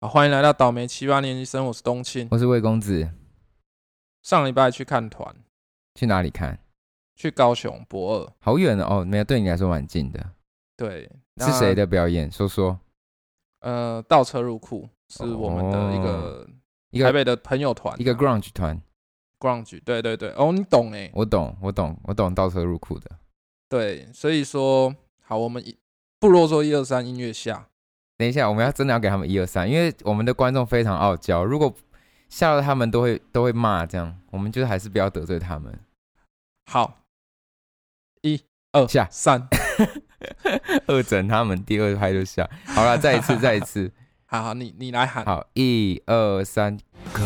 好，啊欢迎来到倒霉七八年级生，我是冬青。我是魏公子，上礼拜去看团，去哪里看？去高雄博二，好远哦，哦没有，对你来说蛮近的。对，是谁的？的表演？说说。呃，倒车入库是我们的一个哦一台个北的朋友团啊，一个 grunge 团， grunge，对对对，哦，你懂哎，我懂，我懂，我懂倒车入库的。对，所以说好，我们一不啰嗦一二三音乐下，等一下，我们要真的要给他们一二三，因为我们的观众非常傲娇，如果吓到他们都会都会骂这样，我们就是还是不要得罪 他们。好，一二下三，二整他们第二拍就下，好了，再 一次，再一次，好好，你你来喊，好，一二三，Go！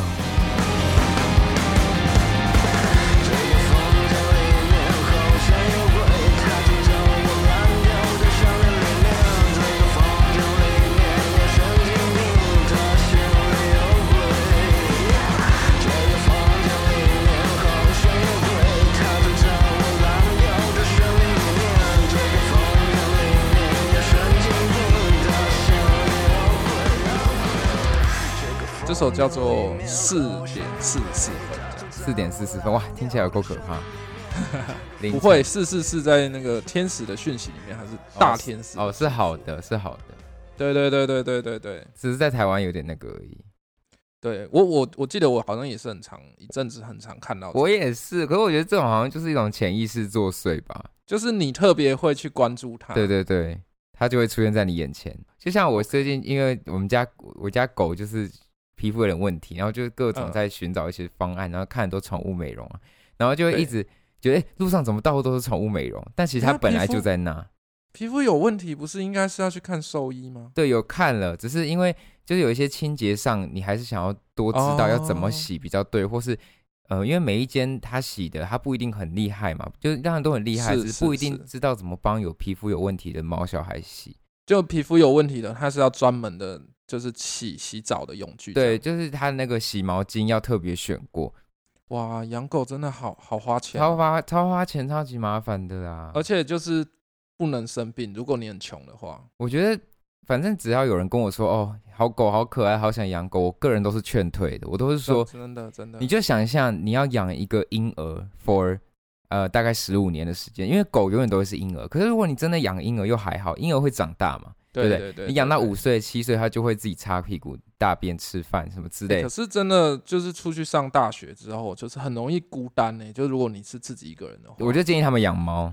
这首叫做四点四四分这样，四点四十分，哇，听起来有够可 怕。凌不晨会四四四在那个天使的讯息里面还是大天使哦，是好的，是好的，对对对对对对对只是在台湾有点那个而已。对，我我我记得我好像也是很常一阵子很常看到这个，我也是，可是我觉得这种好像就是一种潜意识作祟吧。就是你特别会去关注它，对对对，它就会出现在你眼前。就像我最近，因为我们家我家狗就是皮肤有点问题，然后就各种嗯在寻找一些方案，然后看很多宠物美容啊，然后就会对一直觉得、诶路上怎么到处都是宠物美容，但其实它那本皮来肤就在那。皮肤有问题，不是应该是要去看兽医吗？对，有看了，只是因为就是有一些清洁上，你还是想要多知道要怎么哦洗比较对，或是呃，因为每一间他洗的，他不一定很厉害嘛，就是当然都很厉害，是只是是不一是定知道怎么帮有皮肤有问题的毛小孩洗。就皮肤有问题的，它是要专门的，就是洗洗澡的用具。对，，就是他那个洗毛巾要特别选过，哇，养狗真的好好花钱啊，超花超花钱，超级麻烦的啦。而且就是不能生病，如果你很穷的话，我觉得反正只要有人跟我说哦，好狗好可爱，好想养狗，我个人都是劝退的，我都是说真的真的，你就想象你要养一个婴儿 for 呃大概十五年的时间，因为狗永远都会是婴儿。可是如果你真的养婴儿又还好，婴儿会长大嘛？对对不对对，你养到对五岁七岁，它就会自己擦屁股、大便、吃饭什么之欸类可的。是真的就是出去上大学之后，就是很容易孤单呢、就如果你是自己一个人的话，我就建议他们养猫，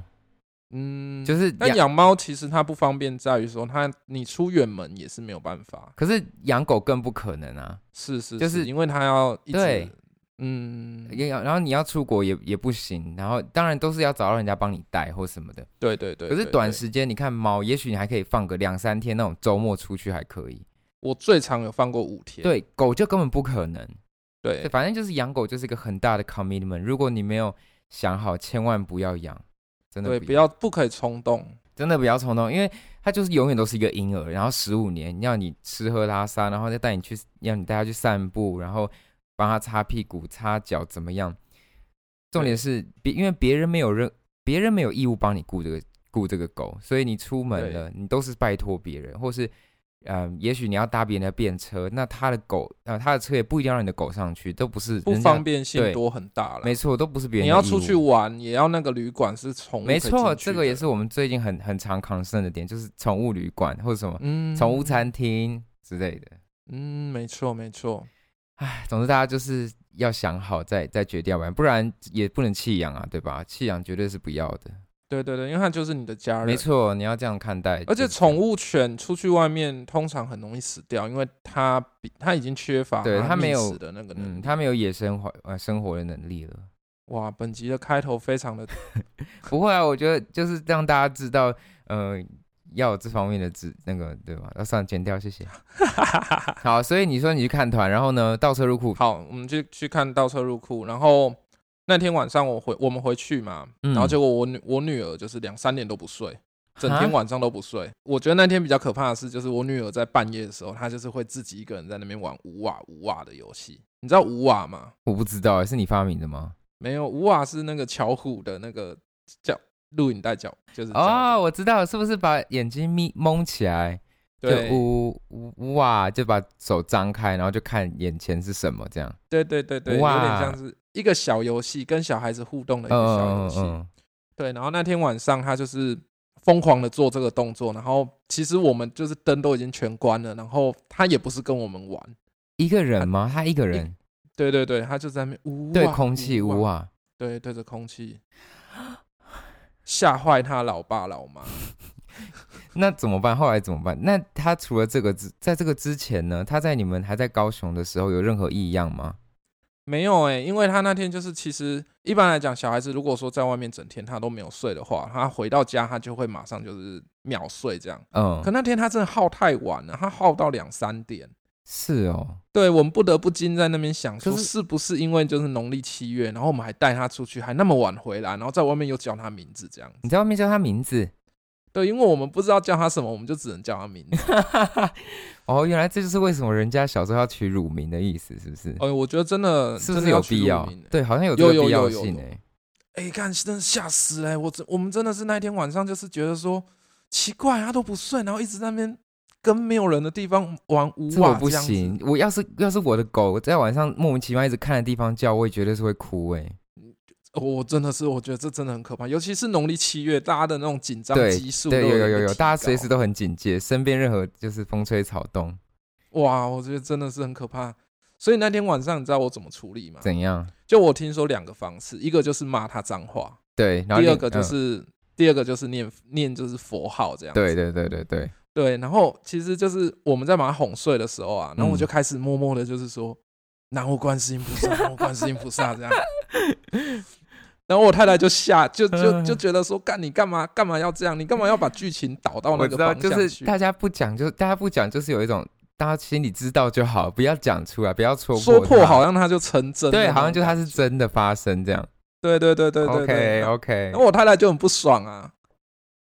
嗯，就是但养。养猫其实它不方便在于说它你出远门也是没有办法，可是养狗更不可能啊！是是，就是因为它要一直对，嗯，也要然后你要出国也也不行，然后当然都是要找到人家帮你带或什么的。对对对。可是对短，对时间，你看猫，也许你还可以放个两三天那种周末出去还可以。我最长有放过五天，对，狗就根本不可能。对，对，反正就是养狗就是一个很大的 commitment。如果你没有想好，千万不要养，真的对，不不要，要不可以冲动，真的不要冲动，因为它就是永远都是一个婴儿，然后十五年要你吃喝拉撒，然后再带你去，要你带它去散步，然后帮它擦屁股、擦脚，怎么样？重点是别，因为别人没有任，别人没有义务帮你顾这个顾这个狗，所以你出门对了，你都是拜托别人，或是。嗯，也许你要搭别人的便车，那他的狗，呃，他的车也不一定要让你的狗上去，都不是不人家方便性对多很大了。没错，都不是别人你的要义出去务。玩，也要那个旅馆是宠物可以没进去的，错，这个也是我们最近很很常 concern 的点，就是宠物旅馆或者什么嗯，宠物，餐厅之类的。嗯，没错没错，唉，总之大家就是要想好再再决定，要不然不然也不能弃养啊，对吧？弃养绝对是不要的。对对对，因为它就是你的家人，没错，你要这样看待。而就且是宠物犬出去外面通常很容易死掉，因为它比它已经缺乏对它它没有觅食的那个能嗯，力。它没有野生活呃生活的能力了。哇，本集的开头非常的不会啊，我觉得就是让大家知道，呃，要有这方面的知那个对吧？要上剪掉，谢谢。好，所以你说你去看团，然后呢，倒车入库， 好，我们就去看倒车入库。然后那天晚上我回我们回去嘛，嗯然后结果我女我女儿就是两三点都不睡，整哈天晚上都不睡。我觉得那天比较可怕的是，就是我女儿在半夜的时候，她就是会自己一个人在那边玩五瓦五瓦的游戏。你知道五瓦吗？我不知道欸，是你发明的吗？没有，五瓦是那个巧虎的那个叫录影带叫，就是叫哦，的我知道，是不是把眼睛眯蒙起来，就对呜呜哇，就把手张开，然后就看眼前是什么这样。对对对对，有点哇像是一个小游戏，跟小孩子互动的一嗯个小嗯游嗯戏。嗯，对，然后那天晚上他就是疯狂的做这个动作，然后其实我们就是灯都已经全关了，然后他也不是跟我们玩，一个人啊吗？他一个人对对对，他就在那边呜、啊、对空气呜呜啊，对对着空气，吓坏他老爸老妈。那怎么办？后来怎么办？那他除了这个之，在这个之前呢，他在你们还在高雄的时候有任何异样吗？没有哎、因为他那天就是，其实一般来讲，小孩子如果说在外面整天他都没有睡的话，他回到家他就会马上就是秒睡这样。嗯可，那天他真的耗太晚了，他耗到两三点。是哦，对我们不得不禁在那边想说，可是是不是因为就是农历七月，然后我们还带他出去，还那么晚回来，然后在外面又叫他名字这样子？你在外面叫他名字， 对，因为我们不知道叫他什么，我们就只能叫他名字。哦，原来这就是为什么人家小时候要取乳名的意思，是不是？哎、我觉得真的 是不真是的呃有去必入要名欸？对，好像有这个有有必要有有性有哎。哎、看，真的吓死了欸、我真我们真的是那一天晚上就是觉得说奇怪，他都不睡，然后一直在那边跟没有人的地方玩无这我瓦不这样子行，我要是要是我的狗在晚上莫名其妙一直看的地方叫，我也绝对是会哭哎。哦我真的是我觉得这真的很可怕，尤其是农历七月，大家的那种紧张对激素对，都有有有一有个有，提大家随时高都很警戒，身边任何就是风吹草动哇，我觉得真的是很可怕。所以那天晚上你知道我怎么处理吗？怎样？就我听说两个方式，一个就是骂他脏话，对，然后第二另个就嗯是、第二个就是念念就是佛号这样子。对对对对对，对，然后其实就是我们在把他哄睡的时候啊，然后我就嗯开始默默的，就是说“南无观世音菩萨，南无观世音菩萨”这 样。然后我太太就吓，就嗯就就觉得说：“干你干嘛干嘛要这样？你干嘛要把剧情导到我那知个道，方就向是去大家不讲，就是大家不讲，就是有一种大家心里知道就好，不要讲出来，不要戳？”破说它。破好像他就成真了那种感觉，对，好像就它是真的发生这样。对对对对对 OK 对。 OK，然后我太太就很不爽啊，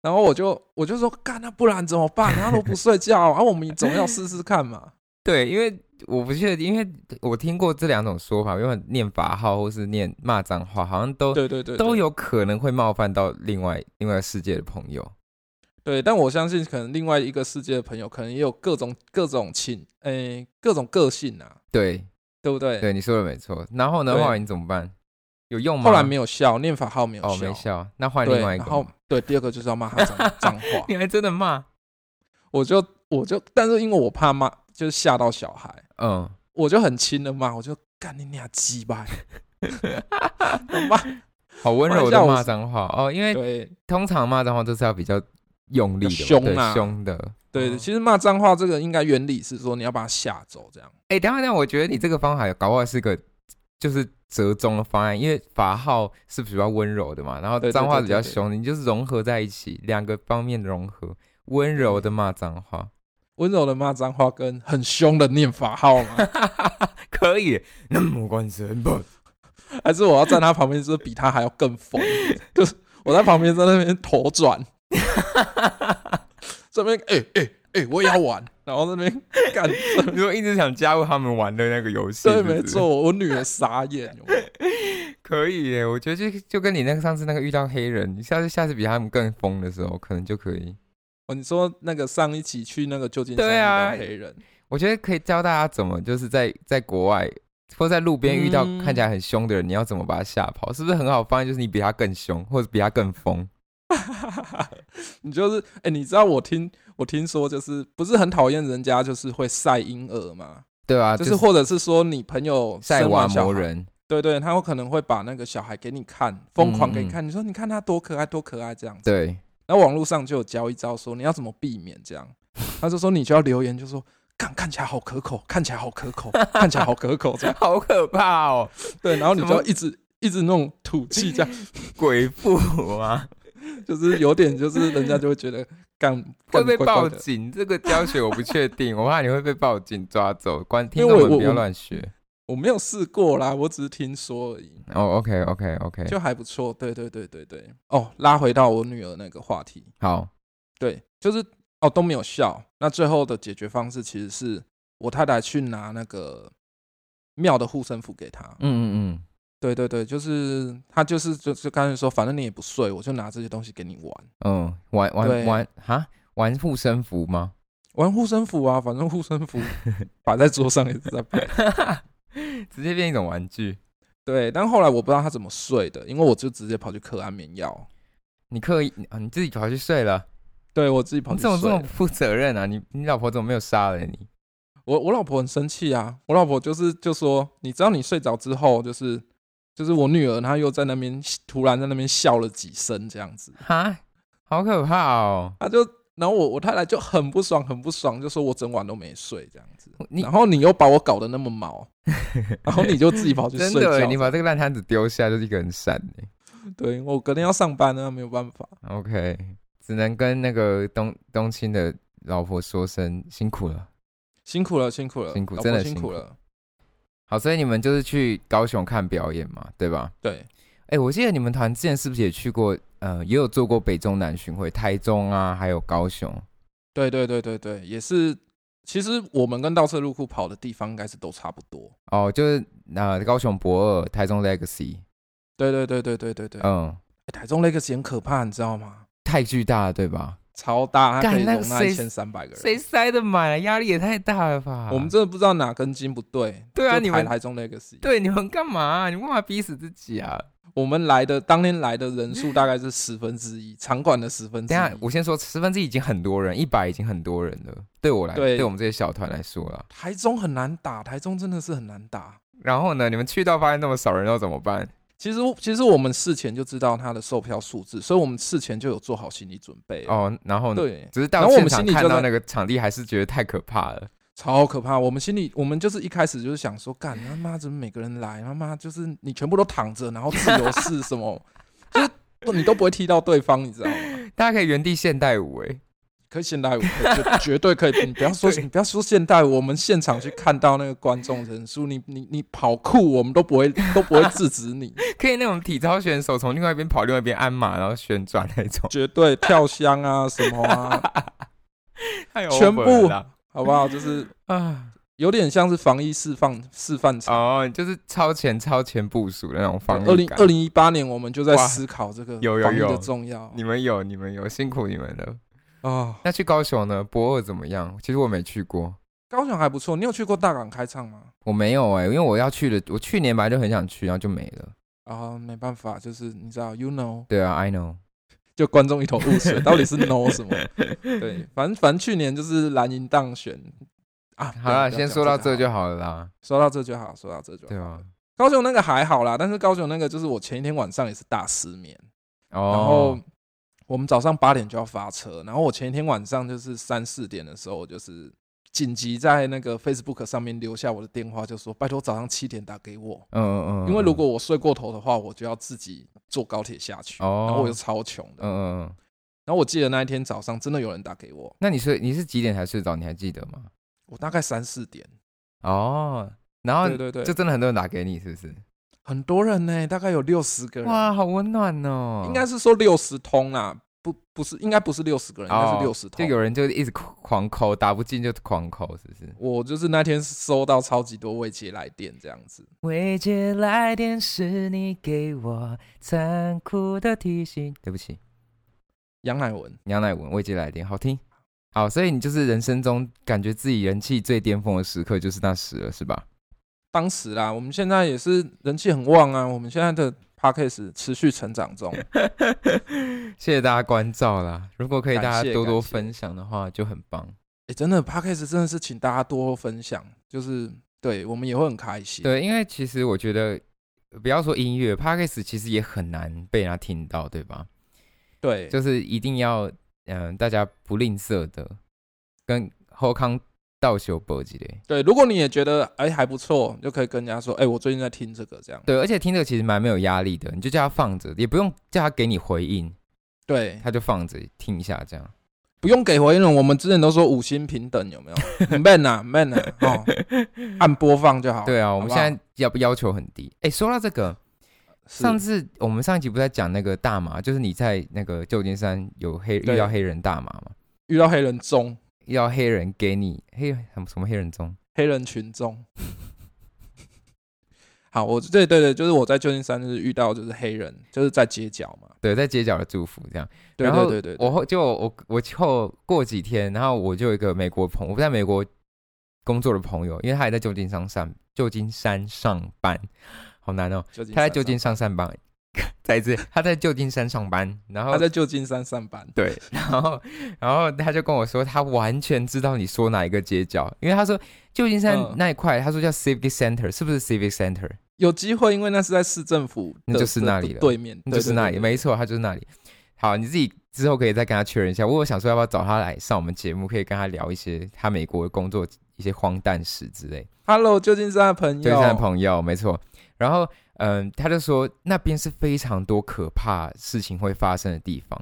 然后我就我就说：“干，那不然怎么办？他都不睡觉，然后我们总要试试看嘛。”对，因为我不确定，因为我听过这两种说法，因为念法号或是念骂脏话，好像 都对对对，对都有可能会冒犯到另外另外世界的朋友。对，但我相信，可能另外一个世界的朋友，可能也有各种各种情，诶、各种个性啊，对对不对？对，你说的没错。然后呢，对后来你怎么办？有用吗？后来没有效，念法号没有哦，效，没效。那换对，另外一个然后嘛，对，第二个就是要骂他脏脏话， 你还真的骂？我就我就，但是因为我怕骂，就是吓到小孩，嗯，我就很轻的骂，我就干你俩鸡巴，我骂好温开玩柔的笑我骂是脏话哦，因为对通常骂脏话都是要比较用力的嘛，凶对啊凶的。对，哦其实骂脏话这个应该原理是说你要把他吓走，这样哎、等一下等一下，我觉得你这个方法搞不好是个就是折中的方案，因为法号是比较温柔的嘛，然后对对脏话对比对较对凶，你就是融合在一起，两个方面融合，温柔的骂脏话，温柔的骂脏话跟很凶的念法号嘛， 可以。那么关神不？ 还是我要站他旁边，就是比他还要更疯，就是我在旁边在那边头转，这边哎哎哎，我也要玩，然后那边干，你说一直想加入他们玩的那个游戏，对，是不没是错，，我女儿傻眼，有没有 可以耶。我觉得就就跟你那个上次那个遇到黑人，你下次下次比他们更疯的时候，可能就可以。哦，你说那个上一期去那个旧金山对啊遇到黑人， 我觉得可以教大家怎么，就是在在国外或在路边遇到嗯看起来很凶的人，你要怎么把他吓跑？是不是很好方案？就是你比他更凶，或者比他更疯。你就是哎、你知道我听我听说就是不是很讨厌人家就是会晒婴儿吗？对啊，就就是或者是说你朋友晒生娃完小魔孩人，对对，他有可能会把那个小孩给你看，疯狂嗯给你看，你说你看他多可爱，多可爱这样子。 对，然后网络上就有教一招说你要怎么避免这样， 他就说你就要留言，就说看看起来好可口，看起来好可口， 看起来好可口这样。好可怕哦，对，然后你就什么要一直一直那种吐气这样，鬼父 啊，就是有点就是人家就会觉得干 会被报。干怪怪的警。这个教学我不确定，我怕你会被报警抓走。关因听为众我们不我要我乱学。我没有试过啦，我只是听说而已，哦，OK，OK，OK、o k OK OK，就还不错。对对对对对。哦，拉回到我女儿那个话题，好，对，就是哦都没有效。那最后的解决方式其实是我太太去拿那个庙的护身符给她。嗯嗯对对对，就是她就是就就刚才说，反正你也不睡，我就拿这些东西给你玩。嗯嗯，玩玩对玩哈，玩护身符吗？ 玩护身符啊，反正护身符摆在桌上也是在摆。直接变一种玩具。对，但后来我不知道他怎么睡的，因为我就直接跑去嗑安眠药。你刻意啊，你自己跑去睡了，对我自己跑你去怎睡么这么了。不负责任啊？你你老婆怎么没有杀了你？我我老婆很生气啊，我老婆就是就说，你知道你睡着之后，就是就是我女儿她又在那边突然在那边笑了几声这样子，哈，好可怕哦！她就然后我我太太就很不爽很不爽，就说我整晚都没睡这样子，你然后你又把我搞得那么 毛，然后你就自己跑去真睡的耶，觉，你把这个烂摊子丢下，就是一个人欸闪耶对我隔天要上班啊呢，没有办法。 OK，只能跟那个东东青的老婆说声辛苦了。辛苦了，辛苦了，辛苦老婆真的辛辛苦苦了。好，所以你们就是去高雄看表演嘛，对吧？对，哎、我记得你们团之前是不是也去过？呃，也有做过北中南巡回，台中啊，还有高雄。对，对，对，对，对，也是。其实我们跟倒车入库跑的地方应该是都差不多。哦，就是呃，高雄博二，台中 Legacy，对，对，对，对，对，对，对。嗯，欸台中 Legacy 很可怕，你知道吗？太巨大了，对吧？超大，它干可以那个容纳谁一千三百个人。谁塞得满啊？压力也太大了吧？我们真的不知道哪根筋不对。对啊就你排们台中 Legacy，对你们干嘛啊、你们干嘛逼死自己啊？我们来的当天来的人数大概是十分之一，场馆的十分之等一下，一。我先说，十分之一已经很多人，一百已经很多人了，对我来，对对我们这些小团来说啦。台中很难打，台中真的是很难打。然后呢，你们去到发现那么少人要怎么办？其实，其实我们事前就知道它的售票数字，所以我们事前就有做好心理准备。，哦，然后呢？对，只是到然后我现们场心里就看到在那个场地，还是觉得太可怕了。超可怕。我们心里，我们就是一开始就是想说，干他妈怎么每个人来，他妈就是你全部都躺着，然后自由式什么，就是都你都不会踢到对方，你知道吗？大家可以原地现代舞，哎，可以现代舞，绝绝对可以。你不要说，对你不要说现代舞，我们现场去看到那个观众人数，你你你跑酷，我们都不会都不会制止你，可以那种体操选手从另外一边跑，另外一边鞍马，然后旋转那种，绝对跳箱啊什么啊，太全 over 部了啦好不好？就是啊！有点像是防疫示范示范场。哦，就是超前超前部署的那种防二御零感二。零一八年，我们就在哇思考这个有有防疫的有重要你们有，你们有，辛苦你们了。啊。那去高雄呢？博二怎么样？其实我没去过，高雄还不错，你有去过大港开唱吗？我没有哎、因为我要去的，我去年本来就很想去，然后就没了。啊，没办法，就是你知道，you know，对啊，I know。就观众一头雾 水，到底 是 no 什么？对，反正反正去年就是蓝银当选啊。 好了，不要先不要讲说到这个啊就好，好了啦，说到这就好，说到这就好。对啊吧？高雄那个还好啦，但是高雄那个就是我前一天晚上也是大失眠，哦，然后我们早上八点就要发车，然后我前一天晚上就是三四点的时候，我就是紧急在那个 Facebook 上面留下我的电话，就说拜托早上七点打给我，嗯嗯嗯，因为如果我睡过头的话，我就要自己坐高铁下去，哦，然后我又超穷的。嗯嗯嗯，然后我记得那一天早上真的有人打给我，那你睡你是几点才睡着？你还记得吗？我大概三四点，哦，然后对对对就，真的很多人打给你，是不是？很多人呢，大概有六十个人，哇，好温暖哦！啊应该是说六十通啦，不不是，应该不是六十个人，应该哦是六十通就。有人就一直狂扣，打不进就狂扣，是不是？我就是那天收到超级多未接来电这样子，未接来电是你给我残酷的提醒。对不起，杨乃文。杨乃文未接来电，好听。好，所以你就是人生中感觉自己人气最巅峰的时刻，就是那时了，是 吧？当时啦，我们现在也是人气很旺啊，我们现在的 p a c k a g e 持续成长 中。谢谢大家关照啦！如果可以，感大家谢多感多谢分享的话，就很棒。哎、真的 p a c k a g e 真的是请大家多分享，就是对我们也会很开心。对，因为其实我觉得，呃不要说音乐 p o d c a s 其实也很难被人家听到，对吧？对，就是一定要，嗯、大家不吝啬的跟后康道修搏击的。对，如果你也觉得哎、还不错，就可以跟人家说，哎、我最近在听这个这样。对，而且听着其实蛮没有压力的，你就叫他放着，也不用叫他给你回应，对，他就放着听一下这样。不用给回应了，我们之前都说五星平等，有没有？man 啊，man 啊，哦，按播放就好。对啊，我哦好们不现在要不要求很低？哎，说到这个，是上次我们上一集不是在讲那个大麻，就是你在那个旧金山有黑遇对到黑人大麻嘛，遇到黑人中，遇到黑人给你黑什么什么黑人中。黑人群众，好，我对对对，就是我在旧金山就是遇到就是黑人，就是在街角嘛。对，在街角的祝福这样。对然后对对对我后就我我后过几天，然后我就有一个美国朋我在美国工作的朋友，因为他也在旧金山上旧金山上班，好难哦。对，他在旧金，山上班， 再一 次，他在旧金山上班，然后他在旧金山上班。对，然后然后他就跟我说，他完全知道你说哪一个街角，因为他说旧金山嗯那一块，他说叫 Civic Center，是不是 Civic Center？有机会，因为那是在市政府的，那就是那里了的对面，那就是那里，对没错，他就是那里。好，你自己之后可以再跟他确认一下。我有想说要不要找他来上我们节目，可以跟他聊一些他美国的工作一些荒诞史之类。 Hello，旧金山的朋友，对，山的朋友，没错。然后，嗯，他就说那边是非常多可怕事情会发生的地方。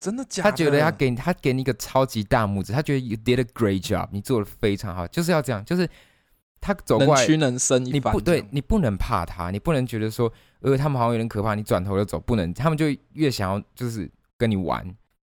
真的假的？他觉得他给你，他给你一个超级大拇指，他觉得 you did a great job，你做的非常好，就是要这样，就是他走过能来，屈能伸一你番，不这对样，你不能怕他，你不能觉得说，呃，他们好像有点可怕，你转头就走，不能，他们就越想要就是跟你玩，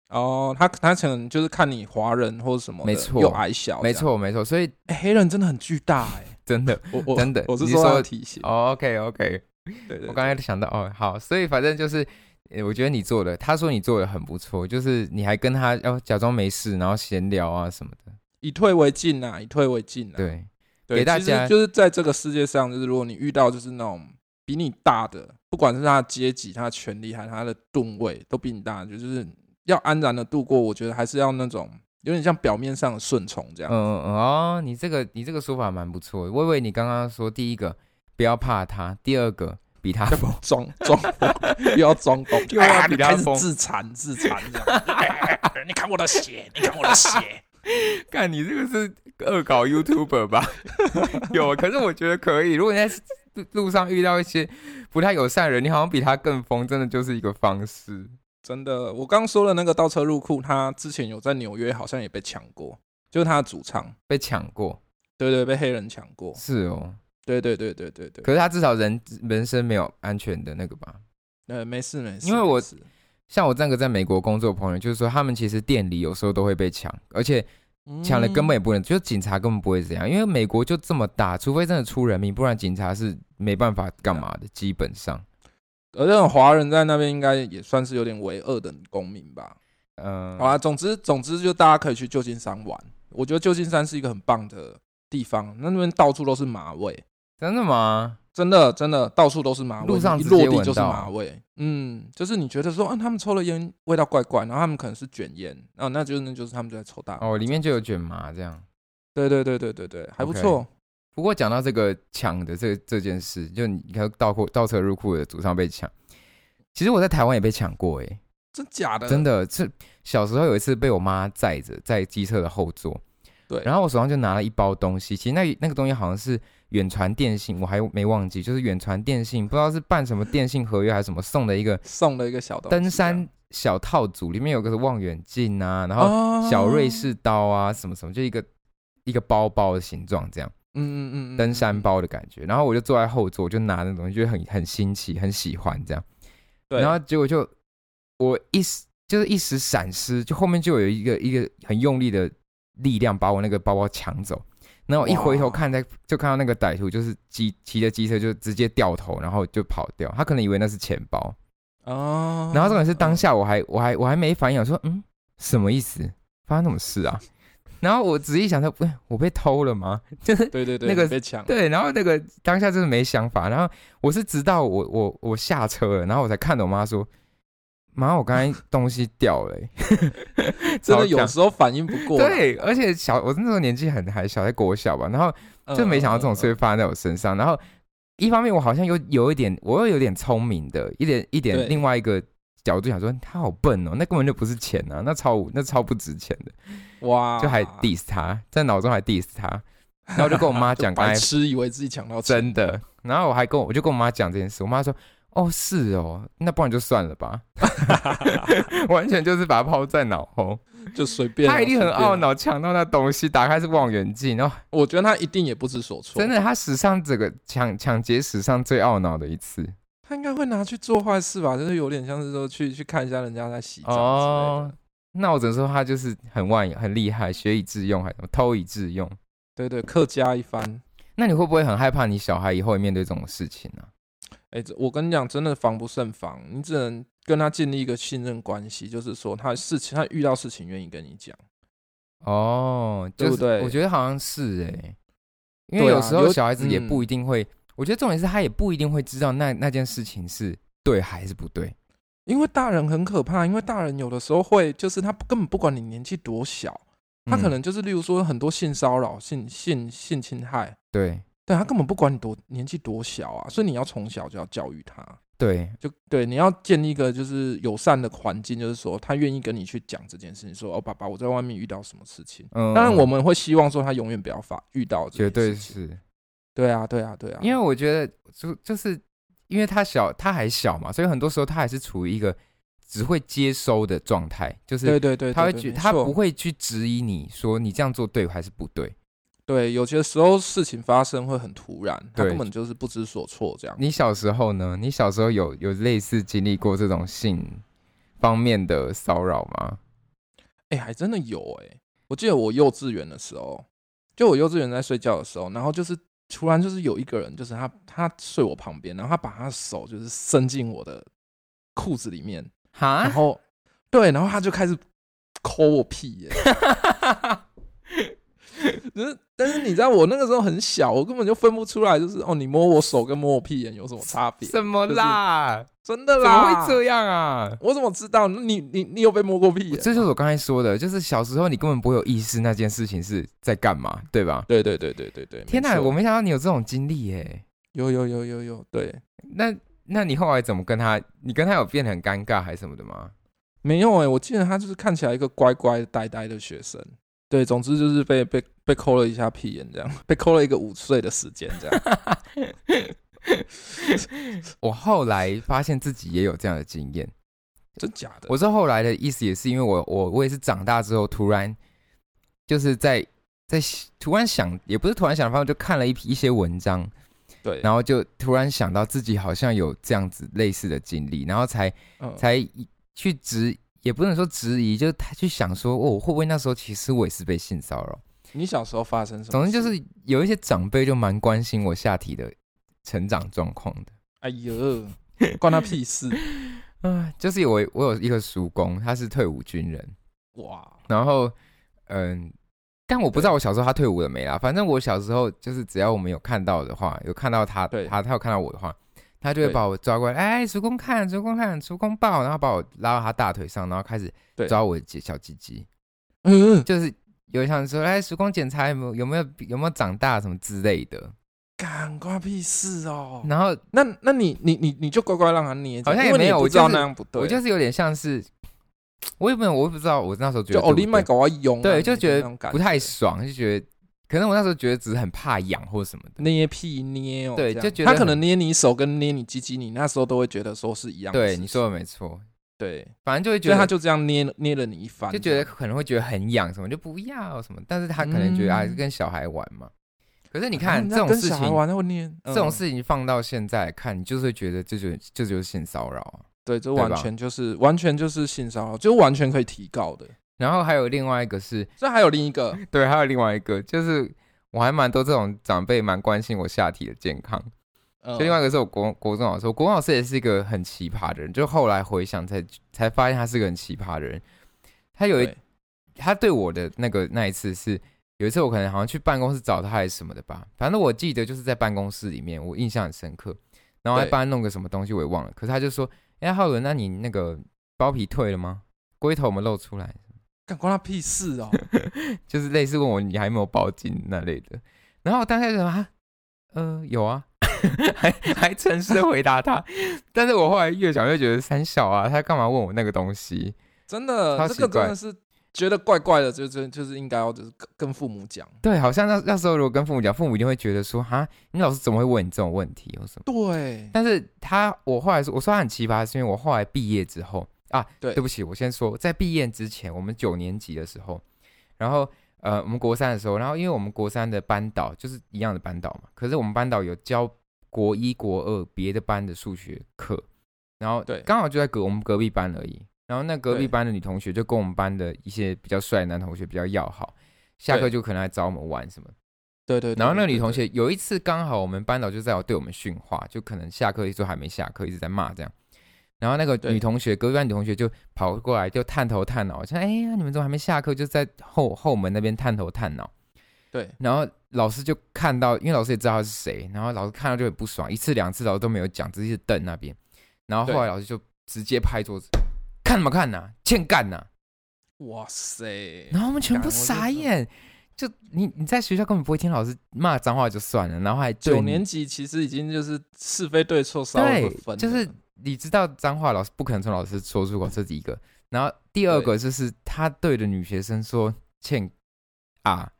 哦，他他可能就是看你华人或什么的，没错又矮小，没。错没错，所以哎，黑人真的很巨大哎，真的我我 真的我是你说他说的体型， ，OK OK，对对我刚才想到哦，好，所以反正就是，呃我觉得你做的，他说你做的很不错，就是你还跟他要、假装没事，然后闲聊啊什么的，以退为进啊，以退为进啊，对，对，给大其实家就是在这个世界上，就是如果你遇到就是那种比你大的，不管是他的阶级、他的权利，还是他的吨位，都比你大，就是要安然的度过。我觉得还是要那种有点像表面上的顺从这嗯样。嗯嗯哦，你这个你这个说法蛮不错的，我以为你刚刚说第一个不要怕他，第二个比他要不要装装疯，又要装疯，又要哎呀比他开始疯自残自残这样。哎 你看我的血，你看我的血，看你这个是恶搞 YouTuber 吧？ 有，可是我觉得可以。如果你在路上遇到一些不太友善的人，你好像比他更疯，真的就是一个方式。真的，我刚说的那个倒车入库，他之前有在纽约好像也被抢过，就是他的主唱，被抢过对对，被黑人抢过，是哦，对对对对对对。可是他至少人人身没有安全的那个吧？呃，没事没事，因为我没事像我那个在美国工作的朋友，就是说他们其实店里有时候都会被抢，而且抢了嗯根本也不能，就是警察根本不会怎样，因为美国就这么大，除非真的出人命，不然警察是没办法干嘛的，基本上。而呃那种华人在那边应该也算是有点为恶的公民吧。嗯、好啦，啊总之总之就大家可以去旧金山玩，我觉得旧金山是一个很棒的地方，那那边到处都是马尾，真的吗？真的真的到处都是马尾，路上你一直接落闻地就是到马尾。嗯，就是你觉得说啊，他们抽了烟味道怪怪，然后他们可能是卷烟，啊，那就是那就是他们就在抽大麻。哦，里面就有卷麻这样。对对对对对对，还不 OK 错。不过讲到这个抢的这这件事，就你看倒库倒车入库的祖上被抢，其实我在台湾也被抢过诶、真假的？真的是小时候有一次被我妈载着在机车的后座，对然后我手上就拿了一包东西，其实那那个东西好像是远传电信，我还没忘记，就是远传电信不知道是办什么电信合约还是什么送的一个送了一个小东西登山小套组，里面有个望远镜啊，然这后样，哦小瑞，士刀啊，什么什么，就一个一个包包的形状这样，嗯嗯嗯嗯，登山包的感觉。然后我就坐在后座，我就拿那东西，就很很新奇，很喜欢这样。对，然后结果就我一时就是一时闪失，就后面就有一个一个很用力的力量把我那个包包抢走。然后我一回头哇看在，就看到那个歹徒就是机骑着机车就直接掉头，然后就跑掉。他可能以为那是钱包，哦，然后重点是当嗯下我还我还我还没反应，我说嗯，什么意思？发生什么事啊？ 然后我仔细想说，不，我被偷了吗？ 就是对对对，那个你被抢了，对，然后那个当下真的没想法，然后我是直到我我我下车了，然后我才看到我妈说，妈，我刚才东西掉了、欸真 超的有啊像时候反应不过来，对，而且小我那时候年纪很还小，在国小吧，然后嗯，就没想到这种事嗯，会发生在我身上。然后一方面我好像有有一点，我又有点聪明的，一点一对点另外一个角度想说，他好笨哦，那根本就不是钱啊，那超无那超不值钱的，嗯哇，就还 diss 他，在脑中还 diss 他，然后我就跟我 妈讲，刚白才痴以为自己抢到钱真的，然后我还跟我我就跟我妈讲这件事，我妈说。哦，是哦，那不然就算了吧， 完全就是把它抛在脑后。就随便，啊他一定很随便懊。恼，抢到那东西，打开是望远镜，然后我觉得他一定也不知所措，真，的，他史上整个抢抢劫史上最懊恼的一次他应该会拿去做坏事吧？就是有点像是说去去看一下人家在洗澡之类哦的。。那我只能说他就是很万很厉害，学以致用，还是什么偷以致用。对对，客家一番，那你会不会很害怕你小孩以后会面对这种事情呢、哎、这我跟你讲，真的防不胜防，你只能跟他建立一个信任关系，就是说他事情他遇到事情愿意跟你讲，哦，对就是不对我觉得好像是哎、因为对啊有时候有小孩子也不嗯一定会，我觉得重点是他也不一定会知道那那件事情是对还是不对。因为大人很可怕，因为大人有的时候会就是他根本不管你年纪多小，他嗯可能就是例如说很多性骚扰、性性性侵害，对对他根本不管你多年纪多小啊，所以你要从小就要教育他，对，就对你要建立一个就是友善的环境，就是说他愿意跟你去讲这件事情，说哦爸爸我在外面遇到什么事情，嗯，当然我们会希望说他永远不要发遇到这绝件对事情，是，对啊对啊对啊，因为我觉得就就是因为他小，他还小嘛，所以很多时候他还是处于一个只会接收的状态，就是对对对，他会对觉没他错不会去质疑你说你这样做对还是不对。对，有些时候事情发生会很突然，他对根本就是不知所措这样。你小时候呢？你小时候有有类似经历过这种性方面的骚扰吗？哎、还真的有哎、我记得我幼稚园的时候，就我幼稚园在睡觉的时候，然后就是突然就是有一个人，就是他他睡我旁边，然后他把他的手就是伸进我的裤子里面，然哈，后、对，然后他就开始抠我屁耶、 只是，但是你知道我那个时候很小，我根本就分不出来，就是哦，你摸我手跟摸我屁眼有什么差别？什么啦？真的怎么啦，会这样啊？我怎么知道？你你你有被摸过屁眼？这就是我刚才说的，就是小时候你根本不会有意识那件事情是在干嘛，对吧？对对对对对对，天哪，哪，我没想到你有这种经历耶！有有有有有，对，那那你后来怎么跟他？你跟他有变得很尴尬还是什么的吗？没有哎、我记得他就是看起来一个乖乖呆呆的学生，对，总之就是被被被抠了一下屁眼，这样被抠了一个午睡的时间， 这样。我后来发现自己也有这样的经验。真假的？我是后来的意思也是因为我我我也是长大之后突然就是在在突然想，也不是突然想，反正就看了一批一些文章，对，然后就突然想到自己好像有这样子类似的经历，然后才嗯才去质，也不能说质疑，就是他去想说，哦，我会不会那时候其实我也是被性骚哦扰？你小时候发生什么事？总之就是有一些长辈就蛮关心我下体的成长状况的。哎呦，关他屁 事！啊，就是我我有一个叔公，他是退伍军人，哇，然后，嗯，但我不知道我小时候他退伍了没啦。反正我小时候就是只要我们有看到的话，有看到他对，他他有看到我的话，他就会对把我抓过来，哎，叔公看，叔公看，叔公抱，然后把我拉到他大腿上，然后开始对抓我的鸡小鸡鸡，嗯，就是有想说，哎，叔公检查有没有有没有有没有长大什么之类的。哦干关他屁事哦。然后那那你你你你就乖乖让他捏着，好像也因为你没有不我知道就是那样不对。啊我就是有点像是，我也没有，我也不知道，我那时候觉就得哦，对你不麦对搞我用啊，对，就你觉那种得感不太觉爽，就觉得可能我那时候觉得只是很怕痒或什么的。捏屁捏哦，对这样就觉得他可很能捏你手跟捏你鸡鸡，你那时候都会觉得说是一样的事对，情。你说的没错，对，反正就会觉所以得他就这样捏捏了你一番，就觉得可能会觉得很痒什么，就不要什么，但是他可能觉嗯得啊还是跟小孩玩嘛。可是你你看这种事情，玩会捏这种嗯事情放到现在来看，你就是会觉得这就这就是性骚扰啊。对，这对完吧全就是完全就是性骚扰，就完全可以提告的。然后还有另外一个是，这还有另一 个，对，还有另外一个就是，我还蛮多这种长辈蛮关心我下体的健康。呃就另外一个是我国国中老师，我国中老师也是一个很奇葩的人，就后来回想才才发现他是个很奇葩的人。他有一对他对我的那个那一次是有一次我可能好像去办公室找他还是什么的吧，反正我记得就是在办公室里面，我印象很深刻。然后还对帮他弄个什么东西我也忘了，可是他就说：“哎、浩伦，那你那个包皮退了吗？龟头有没有露出来？干关他屁事哦，就是类似问我你还有没有包巾那类的。”然后我当下就说：“啊，呃，有啊。” 还还诚实的回答他，但是我后来越想越觉得三小啊，他干嘛问我那个东西？真的，超这奇个真怪的是觉得怪怪的，就就就是应该要就是跟跟父母讲。对，好像那那时候如果跟父母讲，父母一定会觉得说，哈，你老师怎么会问你这种问题或什么？对，但是他，我后来说，我说他很奇葩，是因为我后来毕业之后啊，对对不起，我先说，在毕业之前，我们九年级的时候，然后呃，我们国三的时候，然后因为我们国三的班导就是一样的班导嘛，可是我们班导有教国一、国二别的班的数学课，然后对刚好就在隔我们隔壁班而已，然后那隔对壁班的女同学就跟我们班的一些比较帅的男同学比较要好，下对课就可能来找我们玩什么。对对，对然后那个对女同对学有一次刚好我们班导就在我对我们训话，就可能下课就还没下课，一直在骂这样。然后那个对女同学，隔壁班女同学就跑过来，就探头探脑，就哎呀，你们怎么还没下课？就在后后门那边探头探脑。对对然后老师就看到，因为老师也知道他是谁，然后老师看到就很不爽，一次两次老师都没有讲，只是瞪那边。然后后来老师就直接拍桌子，看什么看呐、欠干呐、哇塞， 然后我们全部干我就傻眼，就你你在学校根本不会听老师骂脏话就算了，然后还对九你年级其实已经就是是非对错稍微会对分了，就是你知道脏话老师不可能从老师说出口，这是第一个。然后第二个就是他对着女学生说欠啊，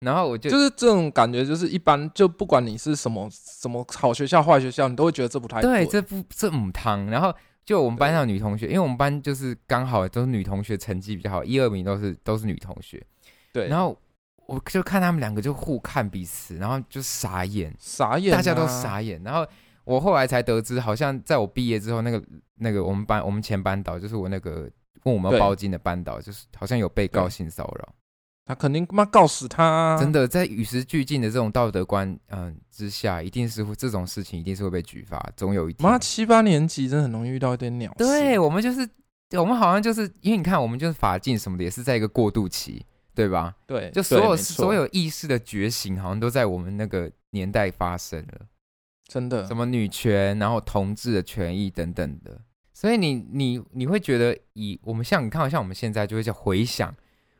然后我就就是这种感觉，就是一般就不管你是什么什么好学校坏学校，你都会觉得这不太对，这不这母汤。然后就我们班上的女同学，因为我们班就是刚好都是女同学成绩比较好，一二名都是都是女同学。对，然后我就看他们两个就互看彼此，然后就傻眼，傻眼、啊大家都，傻眼。然后我后来才得知，好像在我毕业之后，那个那个我们班我们前班导，就是我那个问我们要对报警的班导，就是好像有被告对性骚扰。他肯定他妈告死他啊，真的，在与时俱进的这种道德观嗯、之下，一定是会这种事情一定是会被举发，总有一天。妈七八年级真的很容易遇到一点鸟事，对我们就是，我们好像就是，因为你看，我们就是法禁什么的，也是在一个过渡期，对吧？对，就所对有没错所有意识的觉醒，好像都在我们那个年代发生了，真的什么女权，然后同志的权益等等的。所以你你你会觉得以，我们像你看，像我们现在就会叫回想，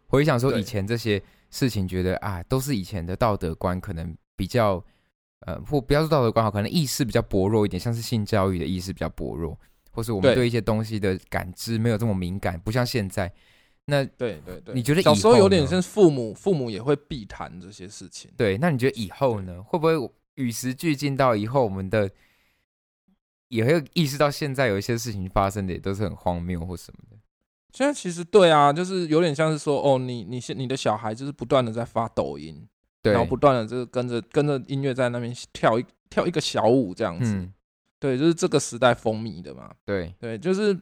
回想说对以前这些事情，觉得啊，都是以前的道德观可能比较，呃，或不要说道德观好，可能意识比较薄弱一点，像是性教育的意识比较薄弱，或是我们对对一些东西的感知没有这么敏感，不像现在。那对对对，你觉得小以时候后有点呢像父母，父母也会避谈这些事情，对，那你觉得以后呢？会不会与时俱进到以后，我们的也会意识到现在有一些事情发生的也都是很荒谬或什么的？现在其实对啊，就是有点像是说，哦，你你现你的小孩就是不断的在发抖音，对然，后不断的就是跟着跟着音乐在那边跳一跳一个小舞这样子，嗯，对，就是这个时代风靡的嘛，对，对，就是，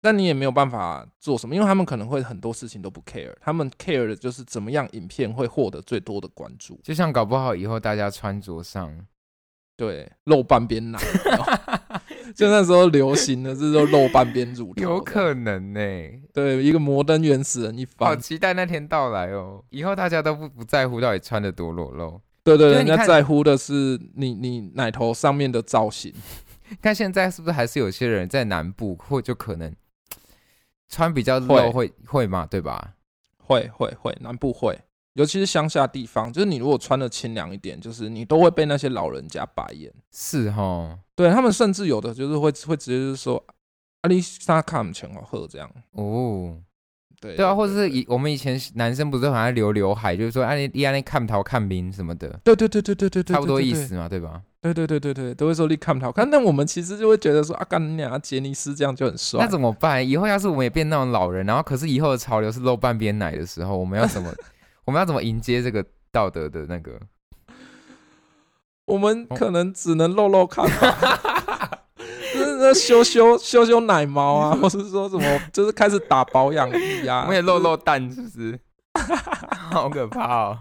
但你也没有办法做什么，因为他们可能会很多事情都不 care，他们 care 的就是怎么样影片会获得最多的关注，就像搞不好以后大家穿着上，对，露半边奶， 就那时候流行的是说露半边 乳头，有可哦能呢、对，一个摩登原始人一好方，期待那天到来哦！以后大家都不不在乎到底穿的多裸露，对对，因为人你家看在乎的是你你奶头上面的造型，看现在是不是还是有些人在南部或就可能穿比较会露会会嘛，对吧？会会会，南部会。尤其是乡下地方，就是你如果穿的清凉一点，就是你都会被那些老人家白眼。是哈，对他们甚至有的就是会会直接就是说啊阿里沙卡姆全好喝这样，哦，对对啊，或者是对以我们以前男生不是都很爱留刘海，就是说啊你你啊你看桃看明什么的，对对对对对对对，差不多对意，思嘛，对吧？对对对对对对，都会说你看不到，看但我们其实就会觉得说啊干你娘杰尼斯这样就很帅那，怎么办？以后要是我们也变那种老人，然后可是以后的潮流是露半边奶的时候，我们要怎么？我们要怎么迎接这个道德的那个？我们哦可能只能露露看 吧。就是那修修修修奶毛啊，或是说什么，就是开始打保养液 我啊，们也露露蛋，是不是？ 好可怕哦！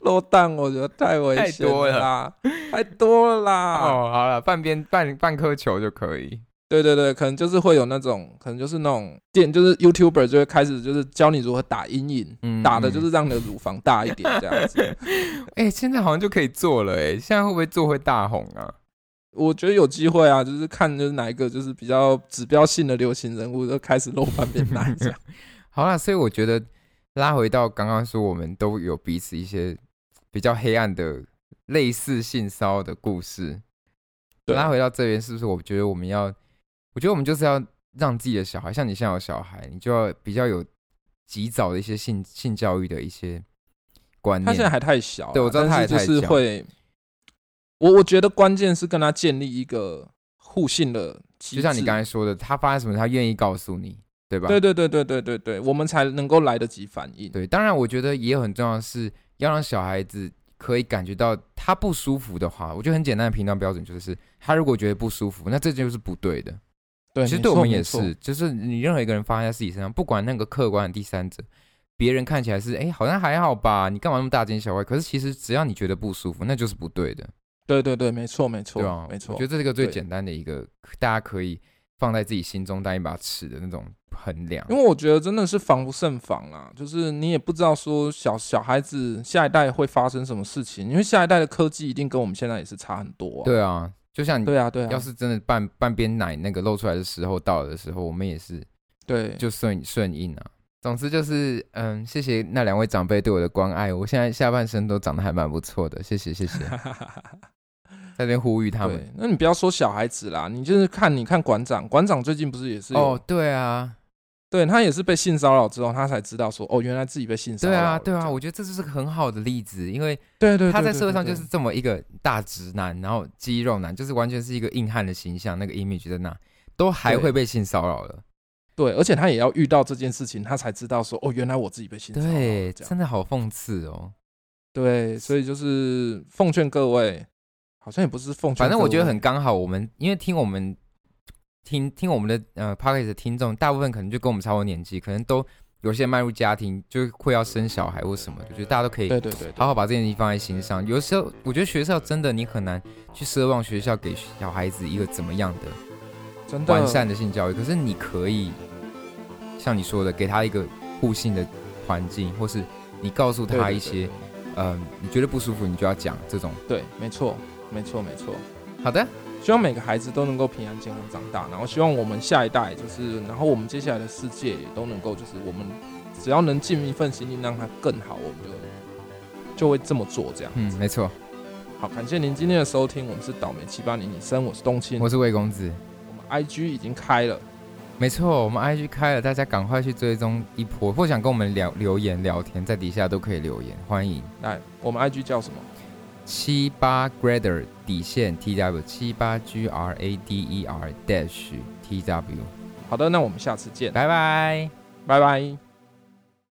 漏蛋，我觉得太危太险多了啦， 太多了啦。哦，好了，半边半半颗球就可以。对对对，可能就是会有那种，可能就是那种店，就是 YouTuber 就会开始就是教你如何打阴影，嗯打的就是让你的乳房大一点这样 子。哎、现在好像就可以做了哎，现在会不会做会大红啊？我觉得有机会啊，就是看就是哪一个就是比较指标性的流行人物就开始露半 边奶这样。 嗯好啦，所以我觉得拉回到刚刚说，我们都有彼此一些比较黑暗的类似性骚扰的故事。对，拉回到这边，是不是？我觉得我们要，我觉得我们就是要让自己的小孩，像你现在有小孩，你就要比较有及早的一些性性教育的一知识观他念。现在还太小啊，对我知道他但还是就太是小会，我我觉得关键是跟他建立一个互信的机制。就像你刚才说的，他发生什么，他愿意告诉你，对吧？对对对对对对对，我们才能够来得及反应。对，当然我觉得也有很重要的是要让小孩子可以感觉到他不舒服的话，我觉得很简单的评断标准就是，他如果觉得不舒服，那这就是不对的。对，其实没对我错们没也错是，就是你任何一个人发生在自己身上，不管那个客观的第三者，别人看起来是哎、诶好像还好吧，你干嘛那么大惊小怪？可是其实只要你觉得不舒服，那就是不对的，对对对，没错没错，对吧？没错我觉得。这是一个最对简单的一个，大家可以放在自己心中当一把尺的那种衡量。因为我觉得真的是防不胜防啦，就是你也不知道说小小孩子下一代会发生什么事情，因为下一代的科技一定跟我们现在也是差很多、啊。对啊，就像你对啊，对啊，要是真的半半边奶那个露出来的时候到了的时候，我们也是对，就 顺顺应啊。总之就是，嗯，谢谢那两位长辈对我的关爱，我现在下半身都长得还蛮不错的，谢谢 谢谢，在这边呼吁他们。对，那你不要说小孩子啦，你就是看你看馆长，馆长最近不是也是有哦，对啊，对他也是被性骚扰之后，他才知道说哦，原来自己被性骚扰对了。啊，对这啊，样我觉得这就是个很好的例子，因为对对，他对在对社会上对就对是这么一个大直男，然后肌肉男，就是完全是一个硬汉的形象，那个 image 在那，都还对会被性骚扰了。对，而且他也要遇到这件事情，他才知道说哦，原来我自己被性骚扰了。对，这样真的好讽刺哦。对，所以就是奉劝各位，好像也不是奉劝各位，反正我觉得很刚好，我们因为听我们听听我们的呃 p o c k e t 的听众，大部分可能就跟我们差不多年纪，可能都有些迈入家庭，就会要生小孩或什么的，我觉得大家都可以对对对对好好把这件事情放在心上。有的时候，我觉得学校真的你很难去奢望学校给小孩子一个怎么样的真的完善的性教育，可是你可以像你说的，给他一个互信的环境，或是你告诉对他对一对些，嗯、你觉得不舒服，你就要讲这种。对，没错，没错，没错。好的，希望每个孩子都能够平安健康长大，然后希望我们下一代就是，然后我们接下来的世界也都能够就是我们只要能尽一份心力让它更好，我们就就会这么做这样。嗯，没错，好，感谢您今天的收听，我们是倒霉七八零零三，我是冬青，我我是魏公子。们 IG 已经开了，没错，我们 IG 开了，大家赶快去追踪一波，或想跟我们聊留言聊天，在底下都可以留言，欢迎来，我们 IG 叫什么？七八 grader 底线 TW 七八 G R A D E R dash TW，好的，那我们下次见，拜拜。拜拜。